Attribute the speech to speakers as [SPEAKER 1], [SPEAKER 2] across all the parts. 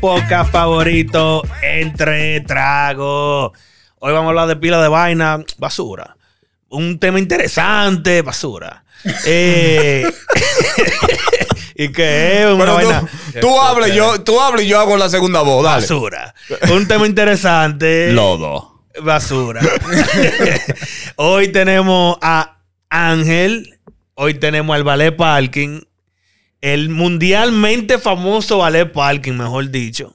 [SPEAKER 1] podcast favorito, Entre Trago. Hoy vamos a hablar de pila de vaina, basura. Un tema interesante, basura. Eh, y que es una
[SPEAKER 2] Pero
[SPEAKER 1] vaina.
[SPEAKER 2] tú, tú habla y yo, tú habla y yo hago la segunda voz, dale.
[SPEAKER 1] Basura. Un tema interesante.
[SPEAKER 2] Lodo.
[SPEAKER 1] Basura. Hoy tenemos a Ángel. Hoy tenemos al Ballet Parking. El mundialmente famoso Ballet Parking, mejor dicho.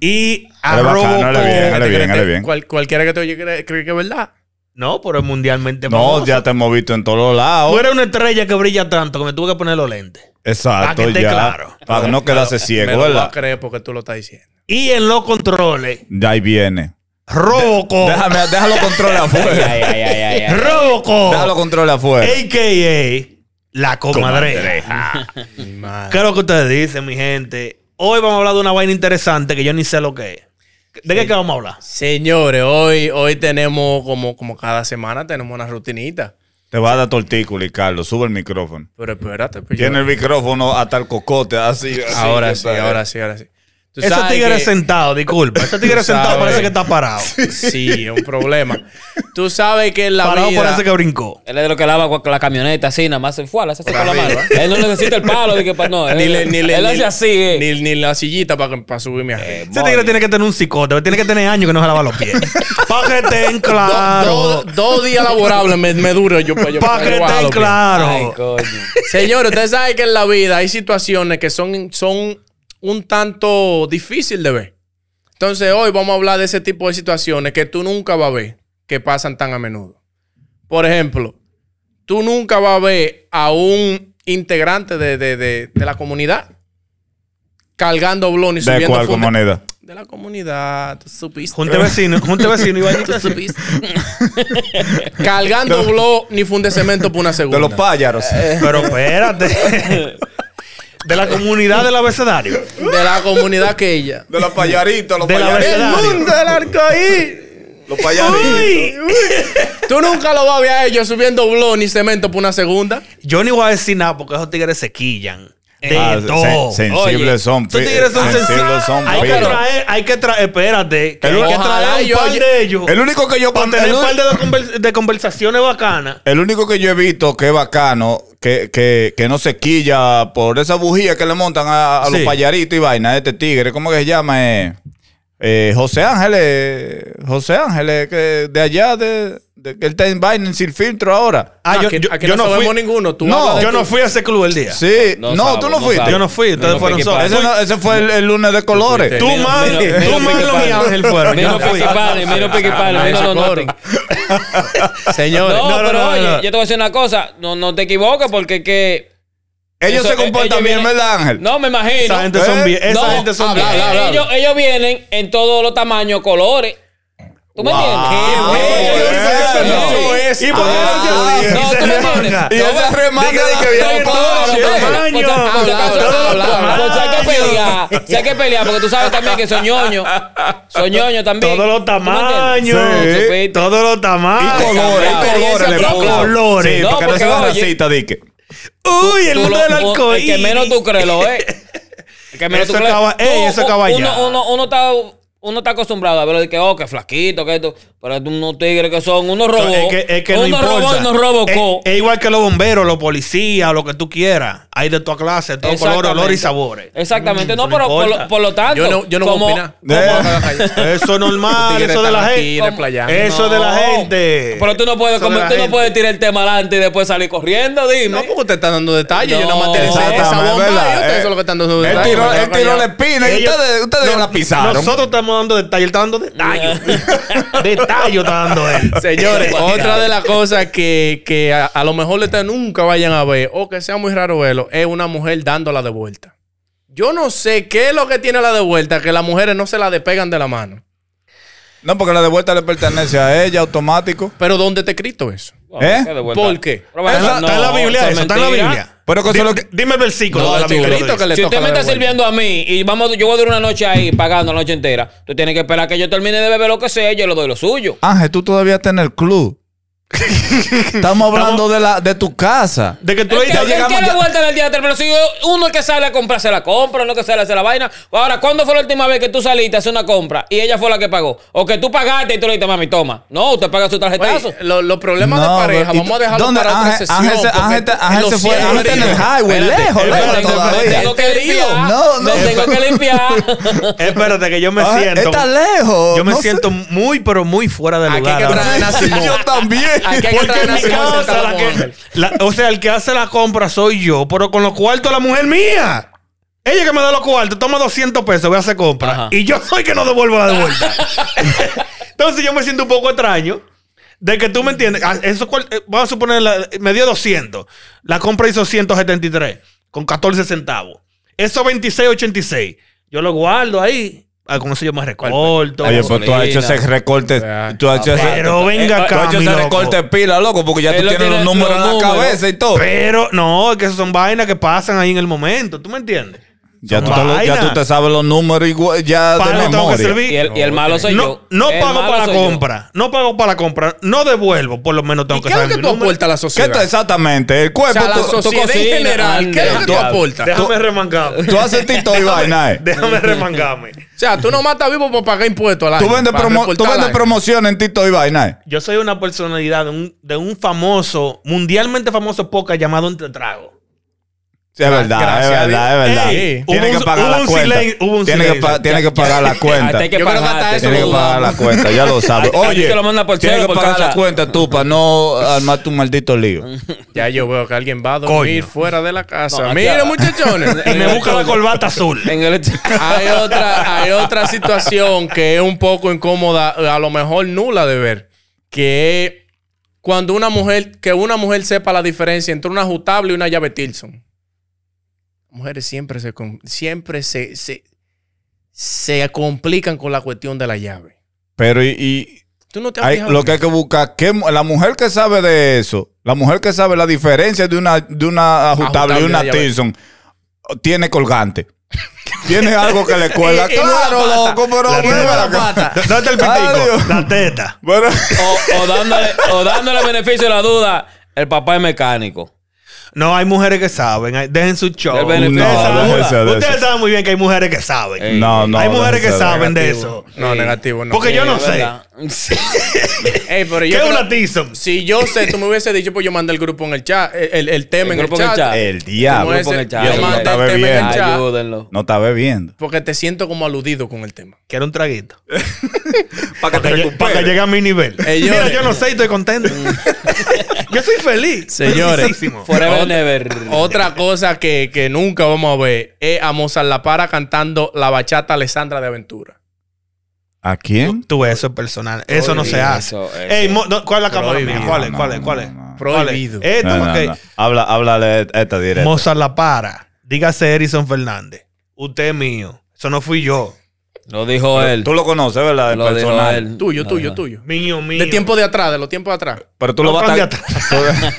[SPEAKER 1] Y a
[SPEAKER 3] Dale bacano,
[SPEAKER 1] Robocop.
[SPEAKER 3] dale bien, dale
[SPEAKER 4] ¿Te
[SPEAKER 3] bien,
[SPEAKER 4] crees
[SPEAKER 3] dale
[SPEAKER 4] que-
[SPEAKER 3] bien.
[SPEAKER 4] cual- cualquiera que te oye cree, cree que es verdad.
[SPEAKER 1] No, pero es mundialmente
[SPEAKER 3] No,
[SPEAKER 1] famoso.
[SPEAKER 3] ya te hemos visto en todos lados.
[SPEAKER 1] Tú eres una estrella que brilla tanto que me tuve que poner los lentes.
[SPEAKER 3] Exacto,
[SPEAKER 1] Pa' que esté
[SPEAKER 3] ya.
[SPEAKER 1] claro.
[SPEAKER 3] Para no quedarse
[SPEAKER 4] Me
[SPEAKER 3] ciego,
[SPEAKER 4] lo voy a
[SPEAKER 3] ¿verdad?
[SPEAKER 4] creer porque tú lo estás diciendo.
[SPEAKER 1] Y en los controles,
[SPEAKER 3] Ya ahí viene.
[SPEAKER 1] Robocop.
[SPEAKER 2] Déjame, déjalo control afuera.
[SPEAKER 1] Robocop.
[SPEAKER 2] déjalo control afuera.
[SPEAKER 1] AKA la comadreja. ¿Qué es lo que ustedes dicen, mi gente? Hoy vamos a hablar de una vaina interesante que yo ni sé lo que es. ¿De qué, es que vamos a hablar?
[SPEAKER 4] Señores, hoy, hoy tenemos, como, como cada semana, tenemos una rutinita.
[SPEAKER 3] Te va a dar tortícula, Carlos. Sube el micrófono.
[SPEAKER 4] Pero espérate. pues yo-
[SPEAKER 3] Tiene el micrófono hasta el cocote, así. así,
[SPEAKER 4] ahora
[SPEAKER 3] que
[SPEAKER 4] sí,
[SPEAKER 3] está-
[SPEAKER 4] ahora sí, ahora sí. Tú
[SPEAKER 1] Ese
[SPEAKER 4] sabes
[SPEAKER 1] tigre
[SPEAKER 4] que-
[SPEAKER 1] sentado, disculpa. Ese tigre
[SPEAKER 4] Tú
[SPEAKER 1] sentado
[SPEAKER 4] sabes.
[SPEAKER 1] parece que está parado.
[SPEAKER 4] Sí, es un problema. Tú sabes que en la
[SPEAKER 1] parado
[SPEAKER 4] vida...
[SPEAKER 1] parece que brincó.
[SPEAKER 5] Él es de lo que lava con la camioneta así, nada más se fue, la hace así con la mano. ¿eh? Él no necesita el palo, de que pa- no,
[SPEAKER 4] Ni,
[SPEAKER 5] él,
[SPEAKER 4] le- ni le-
[SPEAKER 5] él
[SPEAKER 4] ni-
[SPEAKER 5] hace así, eh.
[SPEAKER 4] ni, ni la sillita para subirme arriba.
[SPEAKER 3] Eh,
[SPEAKER 1] Ese tigre tiene que tener un psicote, tiene que tener años que no se lava los pies. Pa' que estén claro.
[SPEAKER 4] Dos dos días laborables me, me dura yo para yo
[SPEAKER 1] Pa'
[SPEAKER 4] pa'
[SPEAKER 1] que
[SPEAKER 4] yo
[SPEAKER 1] estén
[SPEAKER 4] guardo, pues.
[SPEAKER 5] Ay,
[SPEAKER 1] claro.
[SPEAKER 5] coño.
[SPEAKER 4] Señores, ustedes saben que en la vida hay situaciones que son, son un tanto difícil de ver. Entonces, hoy vamos a hablar de ese tipo de situaciones que tú nunca vas a ver, que pasan tan a menudo. Por ejemplo, tú nunca vas a ver a un integrante de, de- de- de la comunidad cargando blon y
[SPEAKER 3] ¿De
[SPEAKER 4] subiendo
[SPEAKER 3] cuál
[SPEAKER 4] funde-
[SPEAKER 3] comunidad?
[SPEAKER 4] De la comunidad, tú supiste.
[SPEAKER 1] Junte vecino, junte vecino y vaina.
[SPEAKER 4] Tú supiste. cargando blon ni funde cemento por una segunda.
[SPEAKER 3] De los pájaros.
[SPEAKER 1] Pero espérate. De la comunidad del abecedario.
[SPEAKER 4] de la comunidad que ella.
[SPEAKER 3] De los payaritos, los
[SPEAKER 1] De la
[SPEAKER 3] payaritos.
[SPEAKER 1] vecindad.
[SPEAKER 4] El mundo del arcoíris.
[SPEAKER 3] Los payaritos.
[SPEAKER 1] Uy.
[SPEAKER 4] Tú nunca lo vas a ver a ellos subiendo blon ni cemento por una segunda.
[SPEAKER 1] Yo ni voy a decir nada porque esos tigres se quillan. De
[SPEAKER 3] Ah,
[SPEAKER 1] todo.
[SPEAKER 3] sen- sensibles
[SPEAKER 5] Oye,
[SPEAKER 3] son.
[SPEAKER 1] Esos
[SPEAKER 3] pi-
[SPEAKER 1] tigres son
[SPEAKER 3] sensibles
[SPEAKER 1] sensibles.
[SPEAKER 3] son.
[SPEAKER 1] Hay que
[SPEAKER 3] pi-
[SPEAKER 1] traer, hay que traer, espérate. que
[SPEAKER 4] El-
[SPEAKER 1] hay que
[SPEAKER 4] Ojalá
[SPEAKER 1] traer un
[SPEAKER 4] yo
[SPEAKER 1] par
[SPEAKER 4] haya-
[SPEAKER 1] de ellos.
[SPEAKER 3] El único que yo
[SPEAKER 1] para tener
[SPEAKER 3] el
[SPEAKER 1] un
[SPEAKER 3] uni-
[SPEAKER 1] par de, conver- de conversaciones bacanas.
[SPEAKER 3] El único que yo he visto que es bacano, que, que, que no se quilla por esa bujía que le montan a, a los
[SPEAKER 1] Sí.
[SPEAKER 3] payaritos y vaina de este tigre, ¿cómo que se llama? Eh, eh, José Ángeles, José Ángeles, que de allá, de, de- que él está en vaina en sin filtro ahora.
[SPEAKER 1] Ah,
[SPEAKER 4] No,
[SPEAKER 1] yo,
[SPEAKER 4] aquí-
[SPEAKER 1] yo-
[SPEAKER 4] aquí
[SPEAKER 1] yo
[SPEAKER 4] no
[SPEAKER 1] no
[SPEAKER 4] sabemos
[SPEAKER 1] fui.
[SPEAKER 4] ninguno. Tú
[SPEAKER 3] No,
[SPEAKER 4] hablas de
[SPEAKER 1] Yo
[SPEAKER 4] tu-
[SPEAKER 1] no fui a ese club el día.
[SPEAKER 3] Sí, no,
[SPEAKER 5] sabe,
[SPEAKER 3] tú no fuiste.
[SPEAKER 5] sabe.
[SPEAKER 1] Yo no fui, ustedes fueron
[SPEAKER 5] fue
[SPEAKER 1] solos.
[SPEAKER 3] Ese, no- ese fue el, el lunes de colores.
[SPEAKER 1] Tú,
[SPEAKER 4] Menos-
[SPEAKER 1] mal,
[SPEAKER 5] menos-
[SPEAKER 1] tú,
[SPEAKER 5] menos
[SPEAKER 1] Marlon y
[SPEAKER 5] Piquipane.
[SPEAKER 1] Ángel fueron. Yo no
[SPEAKER 5] Menos
[SPEAKER 1] fui.
[SPEAKER 5] piquipales, menos piquipales,
[SPEAKER 4] Ah,
[SPEAKER 5] menos
[SPEAKER 4] ese
[SPEAKER 5] no
[SPEAKER 4] coro.
[SPEAKER 5] nothing.
[SPEAKER 4] Señores.
[SPEAKER 5] No,
[SPEAKER 1] no,
[SPEAKER 5] pero
[SPEAKER 1] no,
[SPEAKER 5] oye,
[SPEAKER 1] no.
[SPEAKER 5] yo te voy a decir una cosa, no, no te equivoques porque que...
[SPEAKER 3] Ellos
[SPEAKER 5] eso- eh,
[SPEAKER 3] se comportan
[SPEAKER 5] ellos
[SPEAKER 3] bien,
[SPEAKER 5] vienen-
[SPEAKER 3] ¿verdad, Ángel?
[SPEAKER 5] No, me imagino.
[SPEAKER 1] Esa gente son
[SPEAKER 3] ¿Eh?
[SPEAKER 1] bien. Esa
[SPEAKER 5] No, Ah,
[SPEAKER 1] gente son
[SPEAKER 5] habla,
[SPEAKER 1] bien.
[SPEAKER 5] habla, habla. Ellos, ellos vienen en todos los tamaños, colores. ¿Tú me entiendes? Ah,
[SPEAKER 3] Qué
[SPEAKER 5] Sí.
[SPEAKER 3] bueno,
[SPEAKER 5] Sí.
[SPEAKER 3] eso es.
[SPEAKER 1] Eh, Y por
[SPEAKER 3] Ah,
[SPEAKER 1] qué no se-
[SPEAKER 5] no,
[SPEAKER 1] se
[SPEAKER 5] tú me
[SPEAKER 1] manga?
[SPEAKER 5] entiendes.
[SPEAKER 3] Y
[SPEAKER 5] No,
[SPEAKER 3] ese
[SPEAKER 5] bueno.
[SPEAKER 3] remate de que viene
[SPEAKER 5] Pero
[SPEAKER 3] por-
[SPEAKER 5] claro,
[SPEAKER 3] Sí.
[SPEAKER 5] claro,
[SPEAKER 1] tamaño.
[SPEAKER 5] pues, ah,
[SPEAKER 1] Todo
[SPEAKER 5] claro,
[SPEAKER 1] el
[SPEAKER 5] claro,
[SPEAKER 1] tamaño.
[SPEAKER 5] pues, hay que pelear, si hay que pelear, porque tú sabes también que son ñoños. Son ñoños también.
[SPEAKER 1] Todos los
[SPEAKER 5] ¿Tú me entiendes?
[SPEAKER 1] tamaños.
[SPEAKER 3] Sí.
[SPEAKER 5] supiste.
[SPEAKER 1] Todos los tamaños.
[SPEAKER 3] Y colores,
[SPEAKER 5] Esa
[SPEAKER 3] y colores, le
[SPEAKER 5] experiencia
[SPEAKER 3] puso.
[SPEAKER 5] propia.
[SPEAKER 1] Colores.
[SPEAKER 3] Sí,
[SPEAKER 5] No,
[SPEAKER 3] para que no
[SPEAKER 5] porque,
[SPEAKER 3] sea
[SPEAKER 5] oye,
[SPEAKER 3] racista, dique.
[SPEAKER 1] Uy, el
[SPEAKER 5] Tú
[SPEAKER 1] mundo
[SPEAKER 5] lo-
[SPEAKER 1] del
[SPEAKER 5] tú-
[SPEAKER 1] arcoíris.
[SPEAKER 5] El que menos tú crees lo es. El que menos
[SPEAKER 1] Eso
[SPEAKER 5] tú crees.
[SPEAKER 1] acaba- ey,
[SPEAKER 5] Tú-
[SPEAKER 1] eso
[SPEAKER 5] u-
[SPEAKER 1] acaba ya.
[SPEAKER 5] uno, uno, uno está... Uno está acostumbrado a verlo de que, oh, que flaquito, que esto. Pero unos tigres que son unos
[SPEAKER 1] No,
[SPEAKER 5] robos.
[SPEAKER 1] Es que, es que no
[SPEAKER 5] unos
[SPEAKER 1] importa.
[SPEAKER 5] robos y unos robos.
[SPEAKER 1] es,
[SPEAKER 5] co.
[SPEAKER 1] es igual que los bomberos, los policías, lo que tú quieras. Hay de toda clase, de todo color,
[SPEAKER 5] Exactamente.
[SPEAKER 1] olor y sabores.
[SPEAKER 5] Exactamente. No,
[SPEAKER 1] Eso no
[SPEAKER 5] pero por
[SPEAKER 1] importa.
[SPEAKER 5] lo, por lo tanto.
[SPEAKER 4] Yo no, yo no
[SPEAKER 5] como-
[SPEAKER 4] voy a opinar.
[SPEAKER 5] Eh.
[SPEAKER 1] Eso es normal,
[SPEAKER 4] Tigres
[SPEAKER 1] eso de la
[SPEAKER 4] están aquí
[SPEAKER 1] gente.
[SPEAKER 4] desplayando.
[SPEAKER 1] Eso de la
[SPEAKER 5] No.
[SPEAKER 1] gente.
[SPEAKER 5] Pero tú no puedes,
[SPEAKER 1] Eso de
[SPEAKER 5] comer-
[SPEAKER 1] Eh, la
[SPEAKER 5] tú no
[SPEAKER 1] gente.
[SPEAKER 5] puedes tirar el tema adelante y después salir corriendo,
[SPEAKER 4] No,
[SPEAKER 5] dime.
[SPEAKER 4] porque usted está dando detalles. Yo no más te esa
[SPEAKER 5] Exactamente,
[SPEAKER 4] esa bomba.
[SPEAKER 3] ¿verdad?
[SPEAKER 4] y Ustedes
[SPEAKER 3] Eh,
[SPEAKER 4] son los que están dando
[SPEAKER 3] Él
[SPEAKER 4] detalles.
[SPEAKER 3] tiró, él tiró la
[SPEAKER 4] Callado.
[SPEAKER 3] espina y
[SPEAKER 1] Ellos-
[SPEAKER 3] ustedes, ustedes
[SPEAKER 1] no,
[SPEAKER 3] la pisaron.
[SPEAKER 1] Nosotros estamos dando detalles. Él está dando detalles. detalles está dando él.
[SPEAKER 4] Señores, otra de las cosas que, que a, a lo mejor ustedes nunca vayan a ver o que sea muy raro verlo es una mujer dándola de vuelta. Yo no sé qué es lo que tiene la de vuelta, que las mujeres no se la despegan de la mano.
[SPEAKER 3] No, porque la de vuelta le pertenece a ella automático.
[SPEAKER 4] Pero ¿dónde está escrito eso?
[SPEAKER 3] ¿Eh?
[SPEAKER 5] qué de vuelta.
[SPEAKER 4] ¿Por qué?
[SPEAKER 5] Pero bueno,
[SPEAKER 1] está,
[SPEAKER 5] no,
[SPEAKER 1] está en la Biblia
[SPEAKER 5] eso es
[SPEAKER 1] eso, está en la
[SPEAKER 5] mentira.
[SPEAKER 1] Biblia.
[SPEAKER 3] Pero que
[SPEAKER 1] Di-
[SPEAKER 3] eso lo que-
[SPEAKER 1] Dime el versícrilo de
[SPEAKER 4] No,
[SPEAKER 1] la
[SPEAKER 4] esto
[SPEAKER 1] Biblia.
[SPEAKER 4] es Cristo que le
[SPEAKER 5] Si
[SPEAKER 4] toca
[SPEAKER 5] usted me
[SPEAKER 4] la
[SPEAKER 5] está
[SPEAKER 4] de vuelta.
[SPEAKER 5] sirviendo a mí y vamos, yo voy a durar una noche ahí pagando la noche entera, tú tienes que esperar que yo termine de beber lo que sea y yo le doy lo suyo.
[SPEAKER 3] Ángel, tú todavía estás en el club. Estamos hablando de, la, de tu casa.
[SPEAKER 1] De que tú
[SPEAKER 5] El que,
[SPEAKER 1] ya
[SPEAKER 5] el
[SPEAKER 1] llegamos
[SPEAKER 5] que da
[SPEAKER 1] ya-
[SPEAKER 5] vuelta del día pero si yo- uno el que sale a comprar se la compra, uno el que sale hace la vaina. Ahora, ¿cuándo fue la última vez que tú saliste a hacer una compra y ella fue la que pagó? O que tú pagaste y tú le dijiste, mami, toma. No, usted paga su tarjetazo.
[SPEAKER 4] Oye, lo- los problemas
[SPEAKER 3] No,
[SPEAKER 4] de pareja,
[SPEAKER 3] pero-
[SPEAKER 4] vamos a dejarlo
[SPEAKER 3] ¿dónde?
[SPEAKER 4] para otra
[SPEAKER 3] Ángel-
[SPEAKER 4] sesión.
[SPEAKER 3] Ángel se-
[SPEAKER 4] porque
[SPEAKER 3] Ángel te- Ángel
[SPEAKER 4] lo
[SPEAKER 3] se fue-
[SPEAKER 4] siento,
[SPEAKER 3] Ángel está en el highway, lejos,
[SPEAKER 1] lejos todavía.
[SPEAKER 5] tengo que limpiar.
[SPEAKER 3] No, no.
[SPEAKER 5] Me tengo que limpiar.
[SPEAKER 1] Espérate, que yo me
[SPEAKER 3] Ah,
[SPEAKER 1] siento.
[SPEAKER 3] Está lejos.
[SPEAKER 1] Yo me
[SPEAKER 3] no sé.
[SPEAKER 1] siento muy, pero muy fuera de
[SPEAKER 4] Aquí hay
[SPEAKER 1] lugar.
[SPEAKER 4] que
[SPEAKER 1] ahora.
[SPEAKER 4] traer a Simón.
[SPEAKER 3] Yo también.
[SPEAKER 4] Aquí hay que
[SPEAKER 1] Porque
[SPEAKER 4] traer
[SPEAKER 1] en
[SPEAKER 4] a
[SPEAKER 1] mi
[SPEAKER 4] Simón
[SPEAKER 1] casa,
[SPEAKER 4] sentado
[SPEAKER 1] la
[SPEAKER 4] con
[SPEAKER 1] que,
[SPEAKER 4] Ángel.
[SPEAKER 1] la- o sea, el que hace la compra soy yo, pero con los cuartos de la mujer mía. Ella que me da los cuartos, toma 200 pesos, voy a hacer compra.
[SPEAKER 5] Ajá.
[SPEAKER 1] Y yo soy que no devuelvo la de vuelta. Entonces yo me siento un poco extraño de que tú me entiendes. Ah, Eso, cual- eh, vamos a suponer, la- me dio 200. La compra hizo 173 con 14 centavos. Eso 26.86. Yo lo guardo ahí. Ah, Con eso yo me
[SPEAKER 4] Ah,
[SPEAKER 1] recorto.
[SPEAKER 3] Oye, pues tú has hecho ese recorte.
[SPEAKER 4] Ya.
[SPEAKER 3] Tú has hecho ese,
[SPEAKER 1] Pero venga
[SPEAKER 3] tú has
[SPEAKER 1] acá,
[SPEAKER 3] hecho
[SPEAKER 1] mi
[SPEAKER 3] ese
[SPEAKER 1] loco.
[SPEAKER 3] recorte pila, loco, porque ya
[SPEAKER 5] Él
[SPEAKER 3] tú
[SPEAKER 5] lo
[SPEAKER 3] tienes los
[SPEAKER 5] tiene-
[SPEAKER 3] números
[SPEAKER 5] los
[SPEAKER 3] en la
[SPEAKER 5] números.
[SPEAKER 3] cabeza y todo.
[SPEAKER 1] Pero no, es que esas son vainas que pasan ahí en el momento. ¿Tú me entiendes?
[SPEAKER 3] Ya
[SPEAKER 1] Son
[SPEAKER 3] tú, te lo- ya
[SPEAKER 1] vainas.
[SPEAKER 3] tú te sabes los números igual,
[SPEAKER 4] Ah,
[SPEAKER 3] ya
[SPEAKER 1] Pago
[SPEAKER 3] de
[SPEAKER 1] tengo que
[SPEAKER 3] memoria.
[SPEAKER 1] servir.
[SPEAKER 5] Y el, y el malo soy
[SPEAKER 1] No,
[SPEAKER 5] yo.
[SPEAKER 1] no
[SPEAKER 5] El
[SPEAKER 1] pago
[SPEAKER 5] malo
[SPEAKER 1] para la
[SPEAKER 5] soy yo.
[SPEAKER 1] compra. No pago para la compra. No devuelvo, por lo menos tengo
[SPEAKER 4] ¿Y
[SPEAKER 1] que
[SPEAKER 4] qué es lo
[SPEAKER 1] saber
[SPEAKER 4] que
[SPEAKER 1] mi
[SPEAKER 4] tú
[SPEAKER 1] número.
[SPEAKER 4] aportas a la
[SPEAKER 3] ¿Qué
[SPEAKER 4] sociedad?
[SPEAKER 3] te- exactamente? El
[SPEAKER 4] O
[SPEAKER 3] cuerpo,
[SPEAKER 4] sea, la
[SPEAKER 3] tú- tú,
[SPEAKER 4] sociedad en
[SPEAKER 5] cocinas,
[SPEAKER 4] general, ¿qué es lo que tú
[SPEAKER 5] anda.
[SPEAKER 4] aportas?
[SPEAKER 1] Déjame remangarme.
[SPEAKER 3] tú haces TikTok y vaina. eh.
[SPEAKER 1] Déjame remangarme.
[SPEAKER 4] O sea, tú no matas vivo por pagar impuestos a la
[SPEAKER 3] Tú vendes, promo- tú vendes
[SPEAKER 4] eh.
[SPEAKER 3] promociones en TikTok y vaina. eh.
[SPEAKER 1] Yo soy una personalidad de un, de un famoso, mundialmente famoso poca llamado Entre Tragos.
[SPEAKER 3] Sí, es verdad,
[SPEAKER 4] gracias
[SPEAKER 3] es
[SPEAKER 4] a
[SPEAKER 3] verdad, es verdad.
[SPEAKER 1] Ey,
[SPEAKER 3] Tiene
[SPEAKER 1] hubo
[SPEAKER 3] que
[SPEAKER 1] un-
[SPEAKER 3] pagar
[SPEAKER 1] hubo
[SPEAKER 3] la
[SPEAKER 1] un
[SPEAKER 3] cuenta.
[SPEAKER 1] silen- hubo un
[SPEAKER 3] Tiene que
[SPEAKER 1] silencio.
[SPEAKER 3] pa- Tiene que pagar la cuenta.
[SPEAKER 5] Hay que
[SPEAKER 4] Yo creo que hasta
[SPEAKER 5] pagarte.
[SPEAKER 4] eso
[SPEAKER 3] Tiene que
[SPEAKER 4] lo
[SPEAKER 3] pagar la cuenta, ya lo sabes.
[SPEAKER 5] A ti
[SPEAKER 3] Oye,
[SPEAKER 5] te lo mandan por
[SPEAKER 3] tienes
[SPEAKER 5] celo,
[SPEAKER 3] que
[SPEAKER 5] por
[SPEAKER 3] pagar la
[SPEAKER 5] cacha.
[SPEAKER 3] cuenta tú para no armar tu maldito lío.
[SPEAKER 4] Ya yo veo que alguien va a dormir fuera de la casa.
[SPEAKER 5] No, aquí
[SPEAKER 4] Mire,
[SPEAKER 5] va.
[SPEAKER 4] muchachones.
[SPEAKER 1] Y me busca la corbata azul.
[SPEAKER 5] En el-
[SPEAKER 4] hay otra, hay otra situación que es un poco incómoda, a lo mejor nula de ver, que es cuando una mujer, que una mujer sepa la diferencia entre una ajustable y una llave Tilson. Mujeres siempre se, con- siempre se, se, se complican con la cuestión de la llave.
[SPEAKER 3] Pero y, y
[SPEAKER 4] Tú no te has
[SPEAKER 3] hay-
[SPEAKER 4] fijado?
[SPEAKER 3] lo que hay que buscar, que mu- la mujer que sabe de eso, la mujer que sabe la diferencia de una, de una ajustable
[SPEAKER 4] Ajustable,
[SPEAKER 3] y una
[SPEAKER 4] ya ves.
[SPEAKER 3] Tilson, tiene colgante. Tiene algo que le cuela.
[SPEAKER 4] Y- y no la
[SPEAKER 3] claro,
[SPEAKER 4] pata.
[SPEAKER 3] loco, pero
[SPEAKER 1] La
[SPEAKER 3] mueve
[SPEAKER 1] teta.
[SPEAKER 3] la pata.
[SPEAKER 1] ¿Dónde está el
[SPEAKER 3] Ay, Dios.
[SPEAKER 1] pitico? La teta.
[SPEAKER 3] Bueno,
[SPEAKER 5] o, o dándole, o dándole beneficio de la duda, el papá es mecánico.
[SPEAKER 1] No, hay mujeres que saben. hay- Dejen su show.
[SPEAKER 5] El beneficio.
[SPEAKER 1] ustedes
[SPEAKER 5] No,
[SPEAKER 1] saben,
[SPEAKER 3] déjese de
[SPEAKER 1] ustedes
[SPEAKER 3] eso.
[SPEAKER 1] saben muy bien que hay mujeres que saben.
[SPEAKER 5] Ey.
[SPEAKER 3] no, no.
[SPEAKER 1] hay mujeres que
[SPEAKER 3] déjese de-
[SPEAKER 1] saben de eso.
[SPEAKER 4] Negativo. No, negativo, no.
[SPEAKER 1] Porque yo no
[SPEAKER 5] Es
[SPEAKER 1] sé.
[SPEAKER 5] verdad.
[SPEAKER 4] Ey, pero
[SPEAKER 1] ¿Qué
[SPEAKER 4] yo
[SPEAKER 1] es
[SPEAKER 4] creo-
[SPEAKER 1] una Tison?
[SPEAKER 4] Si yo sé, tú me hubiese dicho, pues yo mandé el grupo en el chat, el, el- el tema en
[SPEAKER 5] El
[SPEAKER 4] el
[SPEAKER 5] grupo en
[SPEAKER 4] chat.
[SPEAKER 5] el chat.
[SPEAKER 3] El
[SPEAKER 4] Como
[SPEAKER 3] diablo.
[SPEAKER 5] Grupo
[SPEAKER 4] ese-
[SPEAKER 5] en el chat.
[SPEAKER 3] Y
[SPEAKER 4] yo
[SPEAKER 3] eso no
[SPEAKER 4] mandé
[SPEAKER 3] está
[SPEAKER 4] el tema en
[SPEAKER 3] bebiendo.
[SPEAKER 4] el chat
[SPEAKER 5] Ayúdenlo.
[SPEAKER 3] No está bebiendo.
[SPEAKER 4] porque te siento como aludido con el tema.
[SPEAKER 1] Quiero un traguito.
[SPEAKER 3] Para
[SPEAKER 1] Para que, para que llegue a mi nivel.
[SPEAKER 4] Ey, yo-
[SPEAKER 1] Mira, yo no sé y estoy contento. yo soy feliz.
[SPEAKER 4] Señores.
[SPEAKER 1] Felicísimo.
[SPEAKER 5] Forever
[SPEAKER 4] Otra-
[SPEAKER 5] never.
[SPEAKER 4] Otra cosa que, que nunca vamos a ver es a Mozart La Para cantando la bachata Alessandra de Aventura.
[SPEAKER 3] ¿A quién?
[SPEAKER 1] Tú, eso es personal. Eso no se
[SPEAKER 5] Eso,
[SPEAKER 1] hace.
[SPEAKER 5] eso.
[SPEAKER 1] Ey, mo- no, ¿cuál es la cámara mía?
[SPEAKER 4] Prohibido.
[SPEAKER 1] ¿Cuál es?
[SPEAKER 3] No,
[SPEAKER 1] ¿Cuál es?
[SPEAKER 3] no,
[SPEAKER 1] ¿Cuál
[SPEAKER 3] no,
[SPEAKER 1] es?
[SPEAKER 3] no.
[SPEAKER 1] ¿Cuál es?
[SPEAKER 4] Prohibido.
[SPEAKER 1] Esto,
[SPEAKER 3] No, no,
[SPEAKER 1] porque
[SPEAKER 3] no. Habla, háblale esta directa.
[SPEAKER 1] Mozart la para. Dígase Erison Fernández. Usted es mío. Eso no fui yo.
[SPEAKER 5] Lo dijo él.
[SPEAKER 3] Tú lo conoces, ¿verdad? El
[SPEAKER 5] Lo dijo
[SPEAKER 3] personal.
[SPEAKER 5] él.
[SPEAKER 4] Eh, Tuyo,
[SPEAKER 5] No,
[SPEAKER 4] tuyo,
[SPEAKER 5] no.
[SPEAKER 4] tuyo.
[SPEAKER 1] Mío, mío.
[SPEAKER 4] De tiempo de atrás, de los tiempos de atrás.
[SPEAKER 3] Pero tú
[SPEAKER 1] No
[SPEAKER 3] lo vas
[SPEAKER 1] están de
[SPEAKER 3] a
[SPEAKER 1] atrás.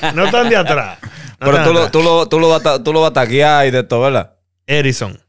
[SPEAKER 3] tú-
[SPEAKER 1] No están de atrás. No
[SPEAKER 3] Pero
[SPEAKER 1] están
[SPEAKER 3] tú
[SPEAKER 1] de
[SPEAKER 3] lo,
[SPEAKER 1] atrás.
[SPEAKER 3] tú, lo, tú, lo vas a- tú lo vas a taguear y de todo, ¿verdad?
[SPEAKER 1] Erison.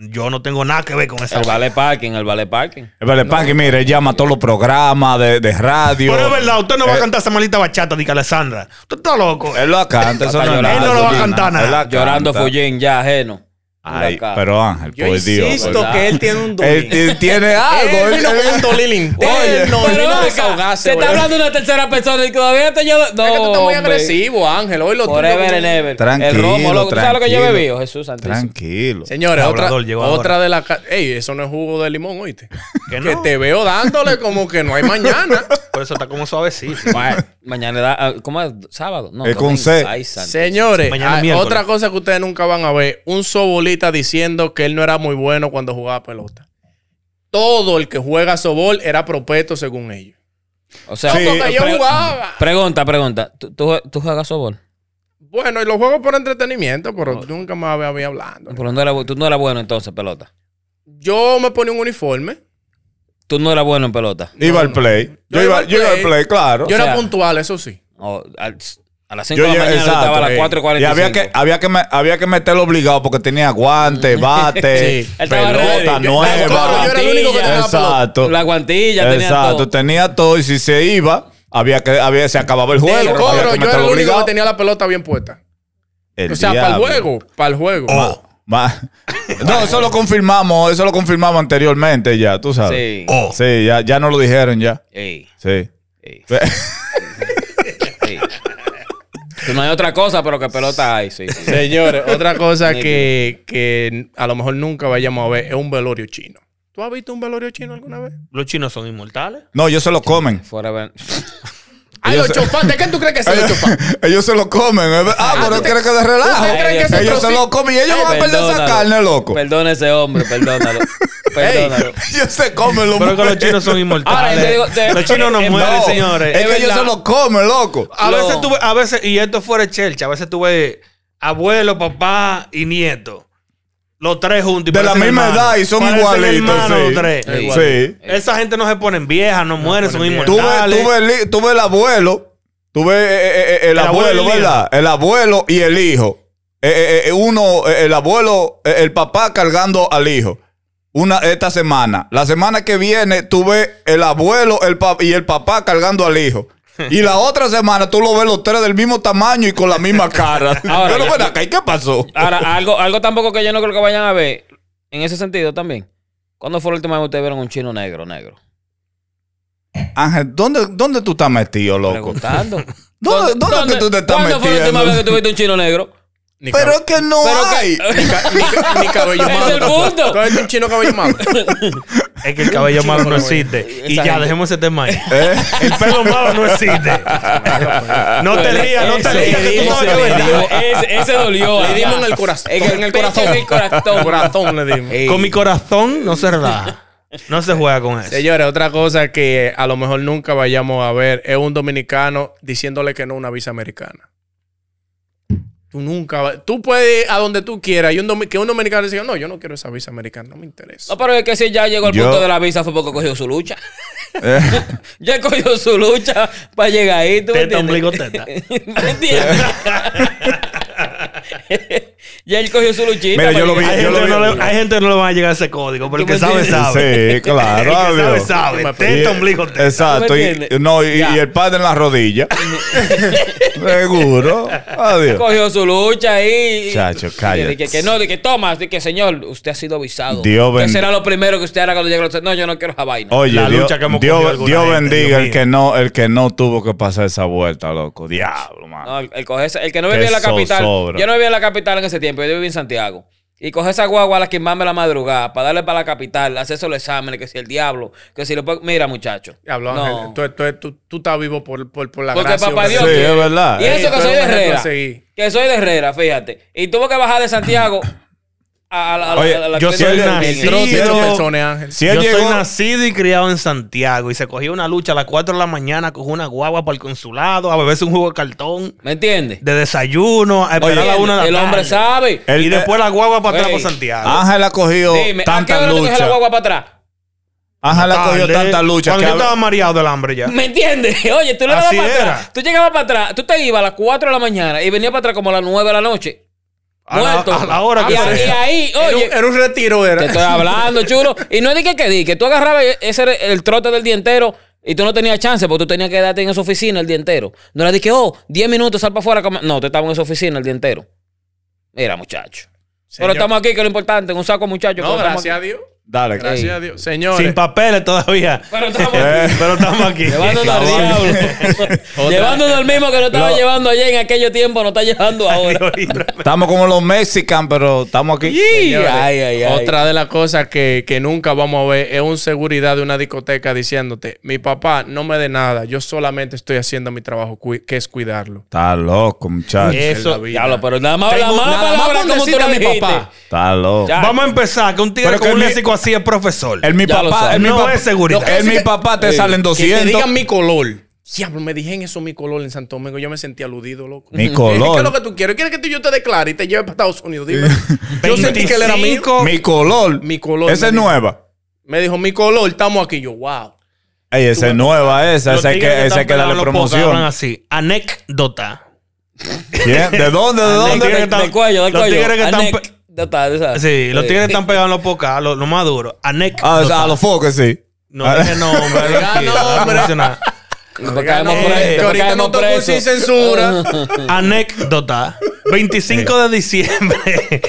[SPEAKER 1] Yo no tengo nada que ver con esa
[SPEAKER 5] El vale parking, el vale parking.
[SPEAKER 3] Vale, Panky, mire, él llama a todos los programas de, de radio.
[SPEAKER 1] Pero es verdad, usted no va a
[SPEAKER 3] Eh.
[SPEAKER 1] cantar esa maldita bachata, dice Alessandra. Usted está loco.
[SPEAKER 3] Él lo canta, eso
[SPEAKER 5] Hasta
[SPEAKER 3] no es
[SPEAKER 5] llorando,
[SPEAKER 3] nada.
[SPEAKER 1] Él no lo va a
[SPEAKER 3] Fulina.
[SPEAKER 1] cantar nada.
[SPEAKER 3] Él la canta.
[SPEAKER 5] Llorando Fullín, ya ajeno.
[SPEAKER 3] Ay,
[SPEAKER 5] Acá.
[SPEAKER 3] pero Ángel,
[SPEAKER 4] Yo
[SPEAKER 3] por Dios.
[SPEAKER 4] insisto
[SPEAKER 3] por-
[SPEAKER 4] que él tiene un dolín.
[SPEAKER 3] Él t- tiene algo.
[SPEAKER 4] Él
[SPEAKER 3] él-
[SPEAKER 4] Eh, vino con un
[SPEAKER 3] él-
[SPEAKER 4] dolín interno.
[SPEAKER 5] Ah, Pero
[SPEAKER 4] él vino a
[SPEAKER 5] acá,
[SPEAKER 4] desahogarse,
[SPEAKER 5] se está
[SPEAKER 4] boludo.
[SPEAKER 5] hablando de una tercera persona y todavía te lleva. No,
[SPEAKER 4] Es que tú estás muy
[SPEAKER 5] hombre.
[SPEAKER 4] agresivo, Ángel. Hoy lo
[SPEAKER 5] Forever
[SPEAKER 4] tuyo-
[SPEAKER 5] and ever.
[SPEAKER 3] Tranquilo,
[SPEAKER 5] El romo, loco. ¿Tú sabes lo que yo he
[SPEAKER 3] tranquilo.
[SPEAKER 5] bebido? Jesús Santísimo.
[SPEAKER 3] Tranquilo.
[SPEAKER 4] Señores, otra,
[SPEAKER 1] Hablador llegó
[SPEAKER 4] otra de las... ca- Ey, eso no es jugo de limón, oíste.
[SPEAKER 1] Que
[SPEAKER 4] que
[SPEAKER 1] no.
[SPEAKER 4] te veo dándole como que no hay mañana.
[SPEAKER 1] Por eso está como suavecito.
[SPEAKER 5] Bueno, mañana da. ah, ¿Cómo es? ¿Sábado? No.
[SPEAKER 3] Es con
[SPEAKER 5] domingo.
[SPEAKER 3] C.
[SPEAKER 5] Ay, santo.
[SPEAKER 4] Señores,
[SPEAKER 1] Mañana
[SPEAKER 4] hay
[SPEAKER 1] miércoles.
[SPEAKER 4] otra cosa que ustedes nunca van a ver, un sobolita diciendo que él no era muy bueno cuando jugaba pelota. Todo el que juega sobol era propeto según ellos.
[SPEAKER 5] O sea,
[SPEAKER 3] Sí,
[SPEAKER 4] Porque yo
[SPEAKER 5] pre-
[SPEAKER 4] jugaba.
[SPEAKER 5] Pregunta, pregunta. ¿Tú, tú, jue- tú juegas softball?
[SPEAKER 4] Bueno, y los juegos por entretenimiento, pero nunca más me había hablando.
[SPEAKER 5] Pero no era bu- tú no eras bueno entonces, pelota.
[SPEAKER 4] Yo me ponía un uniforme.
[SPEAKER 5] Tú no eras bueno en pelota.
[SPEAKER 3] Iba al play. Yo iba yo iba al play, claro.
[SPEAKER 4] Yo
[SPEAKER 5] sea-
[SPEAKER 4] era puntual, eso sí.
[SPEAKER 5] O al- a las 5
[SPEAKER 3] Yo
[SPEAKER 5] de la
[SPEAKER 3] llegué-
[SPEAKER 5] mañana yo
[SPEAKER 3] exacto,
[SPEAKER 5] estaba a las
[SPEAKER 3] eh.
[SPEAKER 5] 4 y
[SPEAKER 3] Y había que, había que, me- había que meterlo obligado porque tenía guante, bate,
[SPEAKER 4] Sí.
[SPEAKER 5] Él estaba
[SPEAKER 3] pelota
[SPEAKER 5] ready.
[SPEAKER 4] Yo
[SPEAKER 3] nueva.
[SPEAKER 4] era el único que tenía la
[SPEAKER 3] Exacto.
[SPEAKER 5] La guantilla tenía
[SPEAKER 3] Exacto,
[SPEAKER 5] todo.
[SPEAKER 3] tenía todo y si se iba, Había que, había, se acababa el
[SPEAKER 4] Del
[SPEAKER 3] juego. había
[SPEAKER 4] coro,
[SPEAKER 3] que
[SPEAKER 4] yo era el
[SPEAKER 3] meterlo
[SPEAKER 4] único
[SPEAKER 3] obligado.
[SPEAKER 4] que tenía la pelota bien puesta.
[SPEAKER 3] El
[SPEAKER 4] o sea, para el
[SPEAKER 3] diablo.
[SPEAKER 4] juego. Para el juego.
[SPEAKER 3] Oh, ma- No, eso lo confirmamos, eso lo confirmamos anteriormente ya, tú sabes.
[SPEAKER 5] Sí.
[SPEAKER 1] Oh.
[SPEAKER 3] Sí, ya, ya nos lo dijeron ya.
[SPEAKER 5] Ey,
[SPEAKER 3] Sí.
[SPEAKER 5] ey, ey. Pues No hay otra cosa, pero que pelota hay, sí. sí.
[SPEAKER 4] Señores, otra cosa que, que a lo mejor nunca vayamos a ver es un velorio chino. ¿Tú has visto un velorio chino alguna vez?
[SPEAKER 1] Los chinos son inmortales.
[SPEAKER 3] No, ellos se lo comen.
[SPEAKER 5] Fuera ven-
[SPEAKER 4] Ay, los chofanes. ¿De qué tú crees que son los chofanes?
[SPEAKER 3] ellos se lo comen. es verdad. Ah, pero quieren que de relajo.
[SPEAKER 4] ¿Ustedes creen que
[SPEAKER 3] Ellos,
[SPEAKER 4] eso es
[SPEAKER 3] se
[SPEAKER 4] troci-
[SPEAKER 3] lo comen y ellos van a perder esa
[SPEAKER 5] Perdónalo.
[SPEAKER 3] carne, loco.
[SPEAKER 5] Perdona ese hombre, perdónalo. Perdónalo.
[SPEAKER 3] ellos se comen los
[SPEAKER 1] Pero que los chinos son
[SPEAKER 5] Ahora, yo
[SPEAKER 1] inmortales.
[SPEAKER 5] te digo, te-
[SPEAKER 1] los chinos no
[SPEAKER 5] eh,
[SPEAKER 1] mueren,
[SPEAKER 5] no.
[SPEAKER 1] señores.
[SPEAKER 3] Es que
[SPEAKER 5] verdad.
[SPEAKER 3] ellos se lo comen, loco.
[SPEAKER 1] A
[SPEAKER 5] Lo-
[SPEAKER 1] veces tuve, a veces, y esto fuera chelcha, a veces tuve abuelo, papá y nieto. Los tres juntos. y
[SPEAKER 3] De la
[SPEAKER 1] parecen
[SPEAKER 3] misma
[SPEAKER 1] hermanos.
[SPEAKER 3] edad y son
[SPEAKER 1] Parecen
[SPEAKER 3] igualitos.
[SPEAKER 1] hermanos
[SPEAKER 3] sí.
[SPEAKER 1] los tres.
[SPEAKER 5] Sí.
[SPEAKER 3] Sí.
[SPEAKER 1] Eh, Esa gente no se ponen viejas, no, mueren, son
[SPEAKER 4] ponen viejas.
[SPEAKER 3] Tuve,
[SPEAKER 1] inmortales.
[SPEAKER 3] tuve, el, hi- tuve el abuelo, tuve eh, eh, eh, el,
[SPEAKER 1] El abuelo
[SPEAKER 3] abuelo,
[SPEAKER 1] y el
[SPEAKER 3] ¿verdad? El abuelo y el hijo. Eh, eh, eh, uno, eh, el abuelo, eh, el papá cargando al hijo. Una, esta semana. La semana que viene tuve el abuelo el pa- y el papá cargando al hijo. Y la otra semana tú lo ves los tres del mismo tamaño y con la misma cara.
[SPEAKER 5] Ahora,
[SPEAKER 3] Pero
[SPEAKER 5] ya-
[SPEAKER 3] bueno, acá, ¿y qué pasó?
[SPEAKER 5] Ahora, algo, algo tampoco que yo no creo que vayan a ver. En ese sentido también. ¿Cuándo fue la última vez que ustedes vieron un chino negro, negro?
[SPEAKER 3] Ángel, ¿dónde, dónde tú estás metido, loco?
[SPEAKER 5] Preguntando.
[SPEAKER 3] ¿Dónde, dónde, es que tú te estás
[SPEAKER 5] ¿Cuándo fue la última vez que
[SPEAKER 3] metiendo?
[SPEAKER 5] tuviste un chino negro?
[SPEAKER 4] Ni
[SPEAKER 3] Pero es
[SPEAKER 4] cab-
[SPEAKER 3] que no
[SPEAKER 5] Pero que-
[SPEAKER 3] hay.
[SPEAKER 4] ni, ca- ni cabello
[SPEAKER 5] Es
[SPEAKER 4] malo.
[SPEAKER 5] el punto.
[SPEAKER 4] ¿Tú has visto un chino cabello malo?
[SPEAKER 1] Es que el cabello malo no existe.
[SPEAKER 5] Esa
[SPEAKER 1] Y ya,
[SPEAKER 5] gente.
[SPEAKER 1] dejemos ese tema ahí.
[SPEAKER 3] ¿Eh?
[SPEAKER 1] El pelo malo no existe. No te rías, no te
[SPEAKER 5] Ese
[SPEAKER 1] rías, que tú
[SPEAKER 5] dijo,
[SPEAKER 1] sabes que
[SPEAKER 5] ese
[SPEAKER 1] es verdad.
[SPEAKER 5] dijo, Ese, ese dolió.
[SPEAKER 4] Le dimos en el corazón.
[SPEAKER 5] corazón. En el corazón. En el corazón.
[SPEAKER 4] corazón le dimos.
[SPEAKER 5] Ey.
[SPEAKER 1] Con mi corazón no se relaja. No se juega con eso.
[SPEAKER 4] Señores, otra cosa que a lo mejor nunca vayamos a ver es un dominicano diciéndole que no a una visa americana. Tú nunca va- Tú puedes ir a donde tú quieras y un domi- que un dominicano diga, no, yo no quiero esa visa americana, no me interesa.
[SPEAKER 5] No, pero es que si ya llegó al
[SPEAKER 3] Yo-
[SPEAKER 5] punto de la visa fue porque cogió su lucha. ya cogió su lucha para llegar ahí. ¿tú me
[SPEAKER 1] Teta, ombligo,
[SPEAKER 5] entiendes?
[SPEAKER 1] teta.
[SPEAKER 5] ¿Me entiendes? ya él cogió su luchita.
[SPEAKER 3] Mira, yo
[SPEAKER 5] pa'
[SPEAKER 3] lo vi-
[SPEAKER 1] Hay
[SPEAKER 5] llegar.
[SPEAKER 3] yo
[SPEAKER 1] gente,
[SPEAKER 3] lo
[SPEAKER 1] que
[SPEAKER 3] vi-
[SPEAKER 1] no le, hay gente que no le van a llegar a ese código, pero el
[SPEAKER 5] ¿Tú
[SPEAKER 1] que
[SPEAKER 5] me
[SPEAKER 1] sabe,
[SPEAKER 5] entiendes?
[SPEAKER 1] sabe.
[SPEAKER 3] Sí, claro.
[SPEAKER 1] El que sabe,
[SPEAKER 3] obvio.
[SPEAKER 1] sabe. Teta, ombligo, teta.
[SPEAKER 3] Exacto.
[SPEAKER 5] ¿Tú me
[SPEAKER 3] Y,
[SPEAKER 5] entiendes?
[SPEAKER 3] no, y,
[SPEAKER 5] Ya.
[SPEAKER 3] y el padre en la rodilla. Seguro. Adiós.
[SPEAKER 5] Cogió su lucha ahí.
[SPEAKER 3] Chacho, cállate.
[SPEAKER 5] Y Que, que no, de que toma, de que señor, usted ha sido avisado.
[SPEAKER 3] Dios
[SPEAKER 5] ¿Qué
[SPEAKER 3] bend-
[SPEAKER 5] será lo primero que usted hará cuando llegue a los... No, yo no quiero esa vaina.
[SPEAKER 3] Oye,
[SPEAKER 1] La
[SPEAKER 3] Dios,
[SPEAKER 1] lucha que hemos cogido
[SPEAKER 3] Dios,
[SPEAKER 1] alguna
[SPEAKER 3] Dios
[SPEAKER 1] gente,
[SPEAKER 3] bendiga
[SPEAKER 1] Dios
[SPEAKER 3] el
[SPEAKER 1] mío.
[SPEAKER 3] que no, el que no tuvo que pasar esa vuelta, loco. Diablo, mano.
[SPEAKER 5] No, el, el coger esa- el que no
[SPEAKER 3] Qué
[SPEAKER 5] vivía en la capital.
[SPEAKER 3] zozobra.
[SPEAKER 5] Yo no vivía en la capital en ese tiempo, yo vivía en Santiago. Y coger esa guagua a la que mame la madrugada para darle para la capital, hacer esos exámenes, que si el diablo, que si lo puede- Mira, muchacho.
[SPEAKER 4] Diablo,
[SPEAKER 5] no.
[SPEAKER 4] Ángel, tú, tú- tú- tú estás vivo por, por, por la
[SPEAKER 5] Porque
[SPEAKER 4] gracia.
[SPEAKER 5] papá
[SPEAKER 4] ¿verdad?
[SPEAKER 5] Dios.
[SPEAKER 3] Sí,
[SPEAKER 5] quiere.
[SPEAKER 3] es verdad.
[SPEAKER 5] Y eso
[SPEAKER 4] Ey,
[SPEAKER 5] que
[SPEAKER 4] tú
[SPEAKER 5] soy
[SPEAKER 4] eres un
[SPEAKER 5] de
[SPEAKER 4] ejemplo
[SPEAKER 5] Herrera.
[SPEAKER 4] a seguir.
[SPEAKER 5] Que soy de Herrera, fíjate. Y tuvo que bajar de Santiago a, a la- a la-
[SPEAKER 3] Oye,
[SPEAKER 5] a la-
[SPEAKER 1] yo
[SPEAKER 5] que-
[SPEAKER 1] soy
[SPEAKER 5] que-
[SPEAKER 1] nacido-
[SPEAKER 5] que-
[SPEAKER 4] Entró
[SPEAKER 1] Sí,
[SPEAKER 4] siendo
[SPEAKER 1] no.
[SPEAKER 4] persona, Ángel.
[SPEAKER 3] Si él
[SPEAKER 1] Yo soy
[SPEAKER 3] llegó,
[SPEAKER 1] nacido y criado en Santiago y se cogió una lucha a las 4 de la mañana, cogió una guagua para el consulado, a beberse un jugo de cartón,
[SPEAKER 5] ¿Me entiendes?
[SPEAKER 1] de desayuno, a esperar a la 1 de la
[SPEAKER 5] el
[SPEAKER 1] tarde.
[SPEAKER 5] hombre sabe.
[SPEAKER 3] El- Ah,
[SPEAKER 1] y después la guagua para atrás
[SPEAKER 5] Ey.
[SPEAKER 1] por Santiago.
[SPEAKER 3] Ángel ha cogido
[SPEAKER 5] Dime, ¿a qué
[SPEAKER 3] tanta
[SPEAKER 5] hora tú coges la
[SPEAKER 3] lucha.
[SPEAKER 5] guagua para atrás?
[SPEAKER 3] Ángel ha cogido
[SPEAKER 1] Tarde.
[SPEAKER 3] tanta lucha.
[SPEAKER 1] Cuando
[SPEAKER 3] Que
[SPEAKER 1] yo estaba
[SPEAKER 3] ha-
[SPEAKER 1] mareado del hambre ya.
[SPEAKER 5] ¿Me entiendes? Oye, tú le dabas
[SPEAKER 1] Así
[SPEAKER 5] para
[SPEAKER 1] era.
[SPEAKER 5] atrás. Tú llegabas para atrás, tú te ibas a las 4 de la mañana y venías para atrás como a las 9 de la noche.
[SPEAKER 1] A la,
[SPEAKER 5] muerto.
[SPEAKER 1] a la hora
[SPEAKER 5] y,
[SPEAKER 1] que
[SPEAKER 5] a- y
[SPEAKER 1] sea.
[SPEAKER 5] ahí,
[SPEAKER 4] Era un,
[SPEAKER 5] oye,
[SPEAKER 4] era un retiro,
[SPEAKER 5] te
[SPEAKER 4] era.
[SPEAKER 5] estoy hablando, chulo. Y no dije que di, que tú agarrabas e, ese era el trote del día entero y tú no tenías chance porque tú tenías que quedarte en esa oficina el día entero. No era de que, oh, 10 minutos, sal para afuera. a comer. No, te estabas en esa oficina el día entero. Mira, muchacho. Pero
[SPEAKER 4] Señor.
[SPEAKER 5] estamos aquí, que es lo importante, en un saco, muchacho.
[SPEAKER 4] No,
[SPEAKER 5] pero estamos
[SPEAKER 4] gracias a
[SPEAKER 5] aquí.
[SPEAKER 4] Dios.
[SPEAKER 3] Dale,
[SPEAKER 4] Gracias
[SPEAKER 5] Ey.
[SPEAKER 4] a Dios. Señores.
[SPEAKER 1] Sin papeles todavía.
[SPEAKER 5] Pero estamos aquí.
[SPEAKER 1] Eh, Pero estamos aquí.
[SPEAKER 5] Llevándonos al diablo. llevándonos al mismo que no estaba llevando ayer en aquello tiempo, no está llevando ahora.
[SPEAKER 3] Estamos como los mexicanos, pero estamos aquí.
[SPEAKER 4] Señores,
[SPEAKER 5] Ay, ay, ay.
[SPEAKER 4] Otra de las cosas que, que nunca vamos a ver es un seguridad de una discoteca diciéndote, mi papá no me dé nada, yo solamente estoy haciendo mi trabajo, cui- que es cuidarlo.
[SPEAKER 3] Está loco, muchacho.
[SPEAKER 1] Eso.
[SPEAKER 5] Diablo, pero nada más
[SPEAKER 4] Tengo-
[SPEAKER 5] la mala
[SPEAKER 4] nada más
[SPEAKER 5] palabra
[SPEAKER 4] con
[SPEAKER 5] como tú
[SPEAKER 4] decirle
[SPEAKER 5] la
[SPEAKER 4] a mi
[SPEAKER 5] dijiste.
[SPEAKER 4] papá.
[SPEAKER 3] Está loco.
[SPEAKER 5] Ya.
[SPEAKER 1] Vamos a empezar. Que un tigre
[SPEAKER 3] Pero
[SPEAKER 1] con
[SPEAKER 3] que
[SPEAKER 1] un
[SPEAKER 3] mi-
[SPEAKER 1] léxico así es profesor.
[SPEAKER 3] El mi
[SPEAKER 5] Ya lo
[SPEAKER 3] papá,
[SPEAKER 5] sabes.
[SPEAKER 3] el mi
[SPEAKER 1] No
[SPEAKER 3] papá-
[SPEAKER 1] es eh, seguridad.
[SPEAKER 3] El mi papá te salen
[SPEAKER 4] Que te digan
[SPEAKER 3] 200.
[SPEAKER 4] mi color. Diablo, me dijeron eso mi color en Santo Domingo, yo me sentí aludido, loco.
[SPEAKER 3] Mi
[SPEAKER 4] ¿Qué es lo
[SPEAKER 3] color.
[SPEAKER 4] que tú quieres? ¿Quieres que tú- yo te declare y te lleve para Estados Unidos? Dime. yo sentí que él era mío.
[SPEAKER 1] 25.
[SPEAKER 3] Mi color.
[SPEAKER 4] Mi color,
[SPEAKER 3] Esa es
[SPEAKER 4] me dijo.
[SPEAKER 3] nueva.
[SPEAKER 4] Me dijo, mi color, estamos aquí. Yo, wow.
[SPEAKER 3] Ey, esa es nueva, esa.
[SPEAKER 1] Los
[SPEAKER 3] Esa hay
[SPEAKER 1] tigres
[SPEAKER 3] que, esa hay
[SPEAKER 1] están
[SPEAKER 3] que
[SPEAKER 1] pelados en
[SPEAKER 3] darle
[SPEAKER 1] los podcasts hablan
[SPEAKER 3] promoción.
[SPEAKER 1] así. Anécdota.
[SPEAKER 3] ¿Quién? ¿De dónde? ¿De
[SPEAKER 5] Del-
[SPEAKER 1] Los
[SPEAKER 3] dónde?
[SPEAKER 1] tigres que
[SPEAKER 5] del-
[SPEAKER 1] están-
[SPEAKER 5] del cuello, del
[SPEAKER 1] los
[SPEAKER 5] cuello.
[SPEAKER 1] tigres que están
[SPEAKER 5] Anec-
[SPEAKER 1] pe-
[SPEAKER 5] ya está, Eh, tú sabes.
[SPEAKER 1] Sí, los tigres están pegados en los pocas, los, los más duros.
[SPEAKER 3] Ah, o sea,
[SPEAKER 1] Anécdota.
[SPEAKER 3] a los focos, sí.
[SPEAKER 1] No dije nombre.
[SPEAKER 4] Diga
[SPEAKER 1] tranquilo,
[SPEAKER 4] nombre.
[SPEAKER 1] no mencionar.
[SPEAKER 5] Después
[SPEAKER 4] Oiga,
[SPEAKER 5] caemos
[SPEAKER 4] no,
[SPEAKER 5] presos,
[SPEAKER 4] que
[SPEAKER 5] después
[SPEAKER 4] ahorita
[SPEAKER 5] caemos
[SPEAKER 4] no tocó un
[SPEAKER 5] presos.
[SPEAKER 4] sin censura.
[SPEAKER 1] Anécdota. 25 de diciembre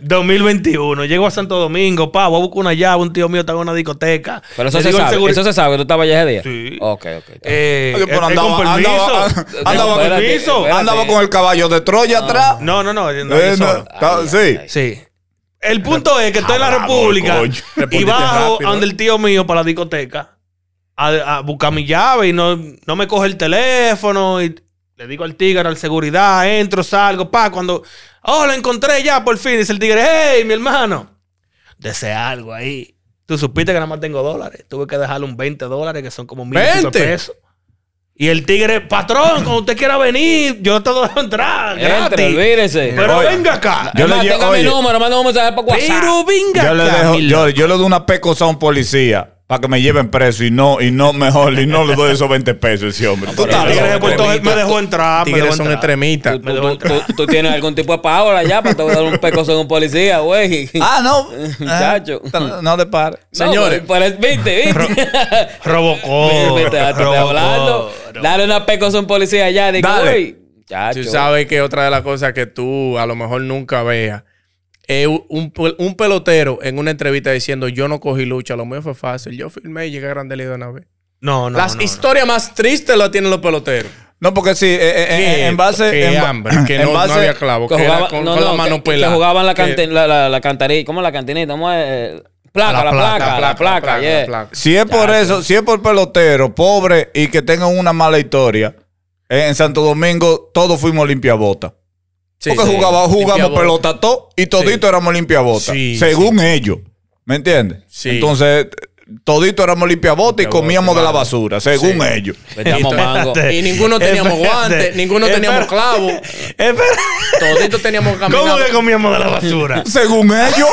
[SPEAKER 1] 2021. Llego a Santo Domingo, pa, voy a buscar una llave, un tío mío está en una discoteca.
[SPEAKER 5] Pero eso
[SPEAKER 1] Le
[SPEAKER 5] se
[SPEAKER 1] digo al
[SPEAKER 5] sabe,
[SPEAKER 1] seguri-
[SPEAKER 5] eso se sabe, tú estabas allá ese día.
[SPEAKER 1] Sí.
[SPEAKER 5] Ok, ok.
[SPEAKER 1] Eh,
[SPEAKER 3] Oye, pero
[SPEAKER 1] eh, con
[SPEAKER 3] andaba- andaba-
[SPEAKER 1] permiso. Eh,
[SPEAKER 3] andaba
[SPEAKER 1] con
[SPEAKER 5] con-
[SPEAKER 1] permiso.
[SPEAKER 5] Espérate.
[SPEAKER 3] Andaba con el caballo de Troya atrás.
[SPEAKER 1] No, no, no, no, yo
[SPEAKER 3] Eh, no,
[SPEAKER 1] solo.
[SPEAKER 3] está-
[SPEAKER 5] Ay,
[SPEAKER 3] sí.
[SPEAKER 5] ay,
[SPEAKER 1] Sí. El punto es que estoy en la
[SPEAKER 3] Cabrón,
[SPEAKER 1] República
[SPEAKER 3] coño.
[SPEAKER 1] y
[SPEAKER 4] Respondiste
[SPEAKER 1] bajo
[SPEAKER 4] rápido,
[SPEAKER 1] a donde el tío mío para la discoteca a, a buscar mi llave y no, no me coge el teléfono y le digo al tigre, al seguridad, entro, salgo, pa, cuando, oh, lo encontré ya por fin, dice el tigre, hey, mi hermano, desea algo ahí. Tú supiste que nada más tengo dólares, tuve que dejarle un 20 dólares que son como mil y pico de
[SPEAKER 4] ¿20?
[SPEAKER 1] pesos. Y el tigre, patrón, cuando usted quiera venir, yo te doy entrar, gratis.
[SPEAKER 5] Entre, olvídense.
[SPEAKER 1] Pero
[SPEAKER 3] Oye,
[SPEAKER 1] venga acá.
[SPEAKER 3] yo
[SPEAKER 5] Es
[SPEAKER 3] le
[SPEAKER 5] más,
[SPEAKER 3] llevo-
[SPEAKER 5] tenga mi
[SPEAKER 3] oye.
[SPEAKER 5] número, manda un mensaje por WhatsApp.
[SPEAKER 1] Pero venga
[SPEAKER 3] Yo le,
[SPEAKER 1] acá.
[SPEAKER 3] dejo, yo, yo le doy una pecosa a un policía para que me lleven preso y no, y no mejor, y no le doy esos 20 pesos a ese hombre. Tú
[SPEAKER 1] Total,
[SPEAKER 3] estás
[SPEAKER 1] Tigres de
[SPEAKER 3] loco.
[SPEAKER 1] Puerto Rico me dejó entrar. me dejó
[SPEAKER 4] Tigres son
[SPEAKER 1] entrar.
[SPEAKER 4] extremistas.
[SPEAKER 5] Tú, tú- tú- tú- tú tienes algún tipo de power allá para te dar un pecoso en un policía, güey.
[SPEAKER 3] Ah, no.
[SPEAKER 5] Muchacho.
[SPEAKER 3] Ah, No le pares.
[SPEAKER 5] No,
[SPEAKER 4] señores.
[SPEAKER 5] pero- pero- viste, viste.
[SPEAKER 1] Robocó.
[SPEAKER 5] Viste, te estoy
[SPEAKER 1] Robocó.
[SPEAKER 5] hablando. Dale una pecosa a un policía allá. Digo,
[SPEAKER 4] Dale.
[SPEAKER 5] uy, chacho.
[SPEAKER 4] Tú sabes que otra de las cosas que tú a lo mejor nunca veas es un, pel- un pelotero en una entrevista diciendo yo no cogí lucha, lo mío fue fácil, yo filmé y llegué a Grande Liga de una vez.
[SPEAKER 1] No, no.
[SPEAKER 4] Las
[SPEAKER 1] no, no.
[SPEAKER 4] historias más tristes las tienen los peloteros.
[SPEAKER 3] No, porque sí, eh, eh, eh, en base.
[SPEAKER 4] Que
[SPEAKER 3] en ba-
[SPEAKER 4] hambre, que
[SPEAKER 3] en
[SPEAKER 4] no, no
[SPEAKER 3] base-
[SPEAKER 4] había clavo, que,
[SPEAKER 5] Que
[SPEAKER 4] era
[SPEAKER 5] jugaba-
[SPEAKER 4] con,
[SPEAKER 5] no,
[SPEAKER 4] con la
[SPEAKER 5] no,
[SPEAKER 4] mano
[SPEAKER 5] que- que
[SPEAKER 4] pelada.
[SPEAKER 5] jugaban la,
[SPEAKER 4] Que-
[SPEAKER 5] cante- la, la, la cantarilla. ¿Cómo la cantinita? ¿Cómo es? Eh, Placa, la, placa, la placa, yeah.
[SPEAKER 3] Si es por eso, si es por pelotero, pobre y que tengan una mala historia, eh, en Santo Domingo todos fuimos limpiabotas.
[SPEAKER 4] Sí,
[SPEAKER 3] porque
[SPEAKER 4] sí.
[SPEAKER 3] jugaba-
[SPEAKER 4] Limpia
[SPEAKER 3] jugamos
[SPEAKER 4] bola.
[SPEAKER 3] pelota todos y todito éramos limpiabotas.
[SPEAKER 4] Sí,
[SPEAKER 3] según ellos. ¿Me entiendes?
[SPEAKER 4] Sí.
[SPEAKER 3] Entonces, todito éramos limpiabotas y
[SPEAKER 4] Limpiabotas,
[SPEAKER 3] comíamos de la
[SPEAKER 4] claro.
[SPEAKER 3] basura, según ellos.
[SPEAKER 5] Vendamos mango.
[SPEAKER 1] Espérate.
[SPEAKER 4] Y ninguno teníamos
[SPEAKER 1] Espérate.
[SPEAKER 4] guantes, ninguno teníamos
[SPEAKER 1] Espérate.
[SPEAKER 4] clavos,
[SPEAKER 1] Espera.
[SPEAKER 4] toditos teníamos
[SPEAKER 1] ¿Cómo
[SPEAKER 4] caminado.
[SPEAKER 1] que comíamos de la basura?
[SPEAKER 3] Según ellos.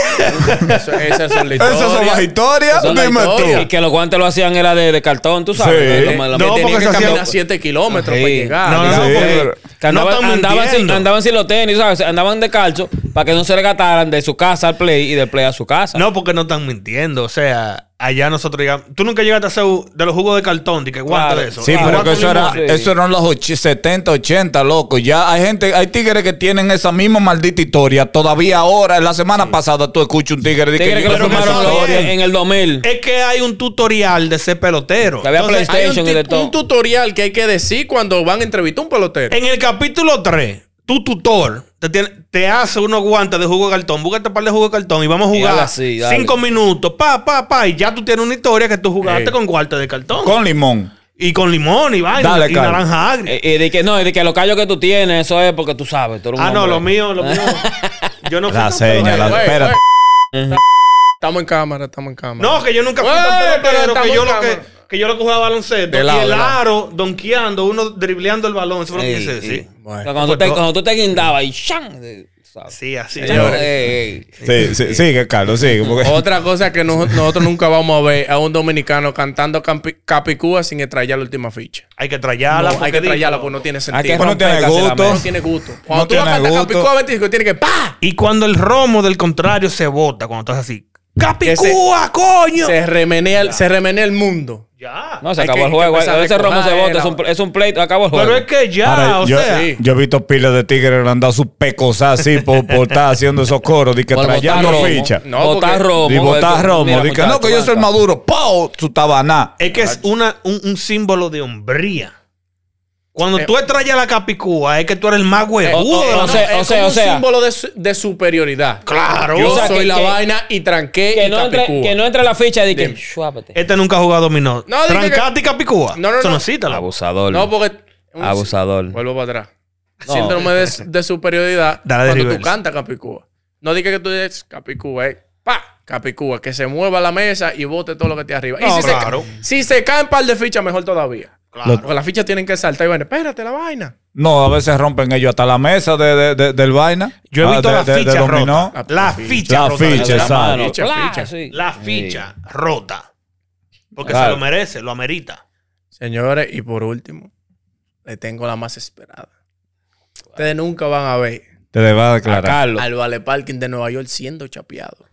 [SPEAKER 4] Eso- Esas son las historias.
[SPEAKER 3] Esas son las historias.
[SPEAKER 4] Son las
[SPEAKER 3] Dime
[SPEAKER 4] historias.
[SPEAKER 5] Y que los guantes lo hacían era de, de cartón, tú
[SPEAKER 3] Sí.
[SPEAKER 5] sabes. Lo- lo- lo-
[SPEAKER 1] No, porque
[SPEAKER 4] que tenían que
[SPEAKER 1] se hacía-
[SPEAKER 4] caminar 7 kilómetros
[SPEAKER 5] Sí.
[SPEAKER 4] para llegar.
[SPEAKER 1] No, no,
[SPEAKER 4] Ah, digamos.
[SPEAKER 3] sí,
[SPEAKER 1] porque-
[SPEAKER 5] que
[SPEAKER 1] no
[SPEAKER 5] andaban,
[SPEAKER 1] están
[SPEAKER 5] andaban sin,
[SPEAKER 1] mintiendo.
[SPEAKER 5] andaban sin los tenis, ¿sabes? Andaban de calcho para que no se regataran de su casa al play y del play a su casa.
[SPEAKER 1] No, porque no están mintiendo. O sea, allá nosotros llegamos. Tú nunca llegaste a hacer de los jugos de cartón, de que guante
[SPEAKER 5] Claro.
[SPEAKER 1] de eso.
[SPEAKER 3] Sí,
[SPEAKER 5] Ah,
[SPEAKER 3] pero
[SPEAKER 5] aguanta
[SPEAKER 3] que
[SPEAKER 1] Guante
[SPEAKER 3] eso,
[SPEAKER 1] de
[SPEAKER 3] era,
[SPEAKER 1] limón.
[SPEAKER 5] limón.
[SPEAKER 3] eso eran los och- 70, 80, loco. Ya hay gente, hay tigres que tienen esa misma maldita historia. Todavía ahora, en la semana pasada, tú escuchas un tigre. de
[SPEAKER 5] Tigre que, lo
[SPEAKER 1] pero que
[SPEAKER 5] fumaron
[SPEAKER 1] eso no
[SPEAKER 5] en,
[SPEAKER 1] es.
[SPEAKER 5] en el 2000.
[SPEAKER 1] Es que hay un tutorial de ser pelotero.
[SPEAKER 5] Que había
[SPEAKER 1] Entonces,
[SPEAKER 5] PlayStation.
[SPEAKER 4] Hay un,
[SPEAKER 5] y de
[SPEAKER 4] ti-
[SPEAKER 5] todo.
[SPEAKER 4] un tutorial que hay que decir cuando van a entrevistar a un pelotero.
[SPEAKER 1] En el capítulo 3, tu tutor te, tiene- te hace unos guantes de jugo de cartón. Búscate un par de jugo de cartón y vamos a
[SPEAKER 5] Y
[SPEAKER 1] jugar
[SPEAKER 5] dale así, dale.
[SPEAKER 1] cinco minutos. Pa, pa, pa. Y ya tú tienes una historia que tú jugaste
[SPEAKER 4] Ey.
[SPEAKER 1] con guantes de cartón.
[SPEAKER 3] Con limón.
[SPEAKER 1] y con limón y vaina.
[SPEAKER 3] Dale,
[SPEAKER 1] y
[SPEAKER 3] Carlos.
[SPEAKER 1] naranja agria.
[SPEAKER 5] Eh, Y de que no, y de que los callos que tú tienes, eso es porque tú sabes. Tú eres un
[SPEAKER 1] ah, no,
[SPEAKER 5] hombre.
[SPEAKER 1] lo mío, lo mío. Yo no fui
[SPEAKER 3] La
[SPEAKER 1] tan
[SPEAKER 3] seña,
[SPEAKER 1] pelotero.
[SPEAKER 3] la-
[SPEAKER 4] Güey,
[SPEAKER 3] espérate.
[SPEAKER 4] güey. Estamos en cámara, estamos en cámara.
[SPEAKER 1] No, que yo
[SPEAKER 5] Eh,
[SPEAKER 1] nunca fui
[SPEAKER 4] Güey,
[SPEAKER 1] tan
[SPEAKER 4] pero
[SPEAKER 1] pelotero. Que
[SPEAKER 4] estamos
[SPEAKER 1] yo, lo
[SPEAKER 4] en
[SPEAKER 1] que,
[SPEAKER 4] cámara.
[SPEAKER 1] que yo lo que jugaba baloncesto.
[SPEAKER 4] De lado,
[SPEAKER 1] y el
[SPEAKER 4] de lado.
[SPEAKER 1] aro donkeando, uno dribleando el balón. Eso fue lo que
[SPEAKER 5] Ey,
[SPEAKER 1] quise
[SPEAKER 5] ey.
[SPEAKER 1] decir.
[SPEAKER 5] O sea, cuando, tú te, cuando tú te guindabas y ¡shan! Eh, ¿sabes?
[SPEAKER 1] Sí, así.
[SPEAKER 5] Ey, ey, ey.
[SPEAKER 3] Sí, sí, sigue, Carlos, sigue. porque-
[SPEAKER 5] Oh,
[SPEAKER 4] Otra cosa que no- nosotros nunca vamos a ver a un dominicano cantando campi- Capicúa sin estrellar la última ficha.
[SPEAKER 1] Hay que
[SPEAKER 4] No,
[SPEAKER 1] trayarla.
[SPEAKER 4] hay que estrellarla porque no tiene
[SPEAKER 5] Hay que
[SPEAKER 4] sentido.
[SPEAKER 3] Bueno,
[SPEAKER 5] romper
[SPEAKER 3] tiene
[SPEAKER 5] el
[SPEAKER 3] gusto.
[SPEAKER 5] cacelamento.
[SPEAKER 4] No tiene gusto. Cuando
[SPEAKER 3] No
[SPEAKER 4] tú vas a
[SPEAKER 3] tiene
[SPEAKER 4] cantar
[SPEAKER 3] gusto.
[SPEAKER 4] Capicúa 25, tiene que ¡pa!
[SPEAKER 1] Y cuando el romo del contrario se bota, cuando estás así. ¡Capicúa,
[SPEAKER 4] Ese-
[SPEAKER 1] coño!
[SPEAKER 4] Se remenea, el- se remenea el mundo.
[SPEAKER 1] Ya.
[SPEAKER 5] No, se
[SPEAKER 4] Hay
[SPEAKER 5] acabó
[SPEAKER 4] que-
[SPEAKER 5] el juego.
[SPEAKER 4] hay que empezar
[SPEAKER 5] Ese
[SPEAKER 4] a
[SPEAKER 5] romo se
[SPEAKER 4] recordar,
[SPEAKER 5] bota, es un, es un pleito, acabó el juego.
[SPEAKER 1] Pero es que ya,
[SPEAKER 3] Ahora,
[SPEAKER 1] o
[SPEAKER 3] yo,
[SPEAKER 1] sea.
[SPEAKER 4] sí.
[SPEAKER 3] yo he visto pilas de tigres que le han dado sus pecosas así por, por estar haciendo esos coros. De que
[SPEAKER 5] Por botar
[SPEAKER 3] trayendo
[SPEAKER 5] romo.
[SPEAKER 3] ficha.
[SPEAKER 4] No,
[SPEAKER 5] botar
[SPEAKER 4] porque-
[SPEAKER 5] romo.
[SPEAKER 3] Y botar
[SPEAKER 5] Mira,
[SPEAKER 3] romo. De que
[SPEAKER 5] muchacho,
[SPEAKER 3] no, que yo soy el
[SPEAKER 5] aguanta.
[SPEAKER 3] maduro. ¡Pau! Su tabaná.
[SPEAKER 1] Es que es una, un, un símbolo de hombría. Cuando
[SPEAKER 4] Eh. oh,
[SPEAKER 1] tú extrañas la capicúa, es que tú eres el más huevudo.
[SPEAKER 5] o-
[SPEAKER 1] de la
[SPEAKER 5] o sea,
[SPEAKER 1] noche.
[SPEAKER 4] eh, es
[SPEAKER 5] sea,
[SPEAKER 4] como
[SPEAKER 5] o sea.
[SPEAKER 4] un símbolo de, su- de superioridad.
[SPEAKER 1] claro.
[SPEAKER 4] Yo
[SPEAKER 5] O sea,
[SPEAKER 4] soy
[SPEAKER 5] que-
[SPEAKER 4] la
[SPEAKER 5] que-
[SPEAKER 4] vaina y tranqué
[SPEAKER 5] Que
[SPEAKER 4] y
[SPEAKER 5] no, entre,
[SPEAKER 4] Capicúa.
[SPEAKER 5] que no entre la ficha de que.
[SPEAKER 4] Dime.
[SPEAKER 5] Suápate.
[SPEAKER 1] este nunca ha jugado dominó.
[SPEAKER 4] No, dije
[SPEAKER 1] Trancate y capicúa.
[SPEAKER 4] No, no,
[SPEAKER 1] Eso
[SPEAKER 4] no.
[SPEAKER 1] cita la voz.
[SPEAKER 5] Abusador.
[SPEAKER 4] No, porque. un-
[SPEAKER 5] Abusador.
[SPEAKER 4] Vuelvo para atrás.
[SPEAKER 5] No.
[SPEAKER 4] Síndrome de, de superioridad.
[SPEAKER 1] Dale de
[SPEAKER 4] cuando tú
[SPEAKER 1] reversa.
[SPEAKER 4] cantas Capicúa. No digas que tú dices Capicúa, eh. ¡Pa! Capicúa, que se mueva la mesa y bote todo lo que esté arriba. y
[SPEAKER 1] No,
[SPEAKER 4] si,
[SPEAKER 1] claro.
[SPEAKER 4] se, ca- si se caen par de fichas, mejor todavía.
[SPEAKER 1] Claro.
[SPEAKER 4] Porque las fichas tienen que saltar y bueno, espérate la vaina.
[SPEAKER 3] No, a veces rompen ellos hasta la mesa de, de- de- del vaina.
[SPEAKER 1] Yo he
[SPEAKER 3] Ah,
[SPEAKER 1] visto
[SPEAKER 3] de-
[SPEAKER 1] la
[SPEAKER 3] de- de
[SPEAKER 1] ficha
[SPEAKER 3] dominó.
[SPEAKER 1] rota. La ficha
[SPEAKER 3] La
[SPEAKER 1] rota.
[SPEAKER 3] ficha,
[SPEAKER 5] La
[SPEAKER 3] exacto.
[SPEAKER 5] mano,
[SPEAKER 4] Ficha,
[SPEAKER 5] claro,
[SPEAKER 4] ficha.
[SPEAKER 5] sí.
[SPEAKER 1] La
[SPEAKER 5] Sí.
[SPEAKER 1] ficha rota. Porque
[SPEAKER 5] Claro.
[SPEAKER 1] se lo merece, lo amerita.
[SPEAKER 4] Señores, y por último, le tengo la más esperada. Ustedes nunca van a ver
[SPEAKER 3] Te le va a
[SPEAKER 5] A
[SPEAKER 3] declarar.
[SPEAKER 5] Carlos.
[SPEAKER 4] al Vale Parking de Nueva York siendo chapeado.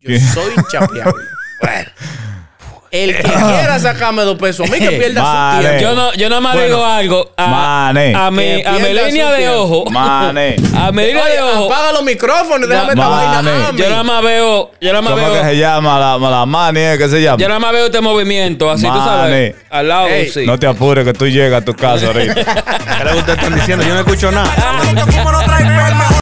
[SPEAKER 4] Yo soy chapeado. bueno. El que
[SPEAKER 5] Ah.
[SPEAKER 4] quiera sacarme dos pesos, a mí que pierda su
[SPEAKER 3] Vale.
[SPEAKER 4] tiempo.
[SPEAKER 5] Yo, no, yo nada más
[SPEAKER 4] Bueno.
[SPEAKER 5] digo algo. A,
[SPEAKER 3] Mané.
[SPEAKER 5] a mi,
[SPEAKER 4] Que
[SPEAKER 5] a mi
[SPEAKER 4] pierda
[SPEAKER 5] línea
[SPEAKER 4] su
[SPEAKER 5] de
[SPEAKER 4] tiempo.
[SPEAKER 5] ojo.
[SPEAKER 3] Mané.
[SPEAKER 5] A mi línea
[SPEAKER 4] Oye,
[SPEAKER 5] de ojo.
[SPEAKER 4] apaga los micrófonos y déjame esta
[SPEAKER 3] Vale.
[SPEAKER 4] vaina a mí.
[SPEAKER 5] Yo nada más veo. Yo nada más
[SPEAKER 3] ¿Cómo que
[SPEAKER 5] veo.
[SPEAKER 3] se llama? La, la mani, ¿eh? ¿qué se llama?
[SPEAKER 5] Yo nada más veo este movimiento. Así tú sabes.
[SPEAKER 3] Mané.
[SPEAKER 5] Al lado,
[SPEAKER 4] Ey.
[SPEAKER 5] sí.
[SPEAKER 3] No te apures que tú llegas a tu casa ahorita.
[SPEAKER 5] Ah,
[SPEAKER 1] ¿Qué es lo que ustedes están diciendo? Yo no escucho nada.
[SPEAKER 6] Como no trae el mejor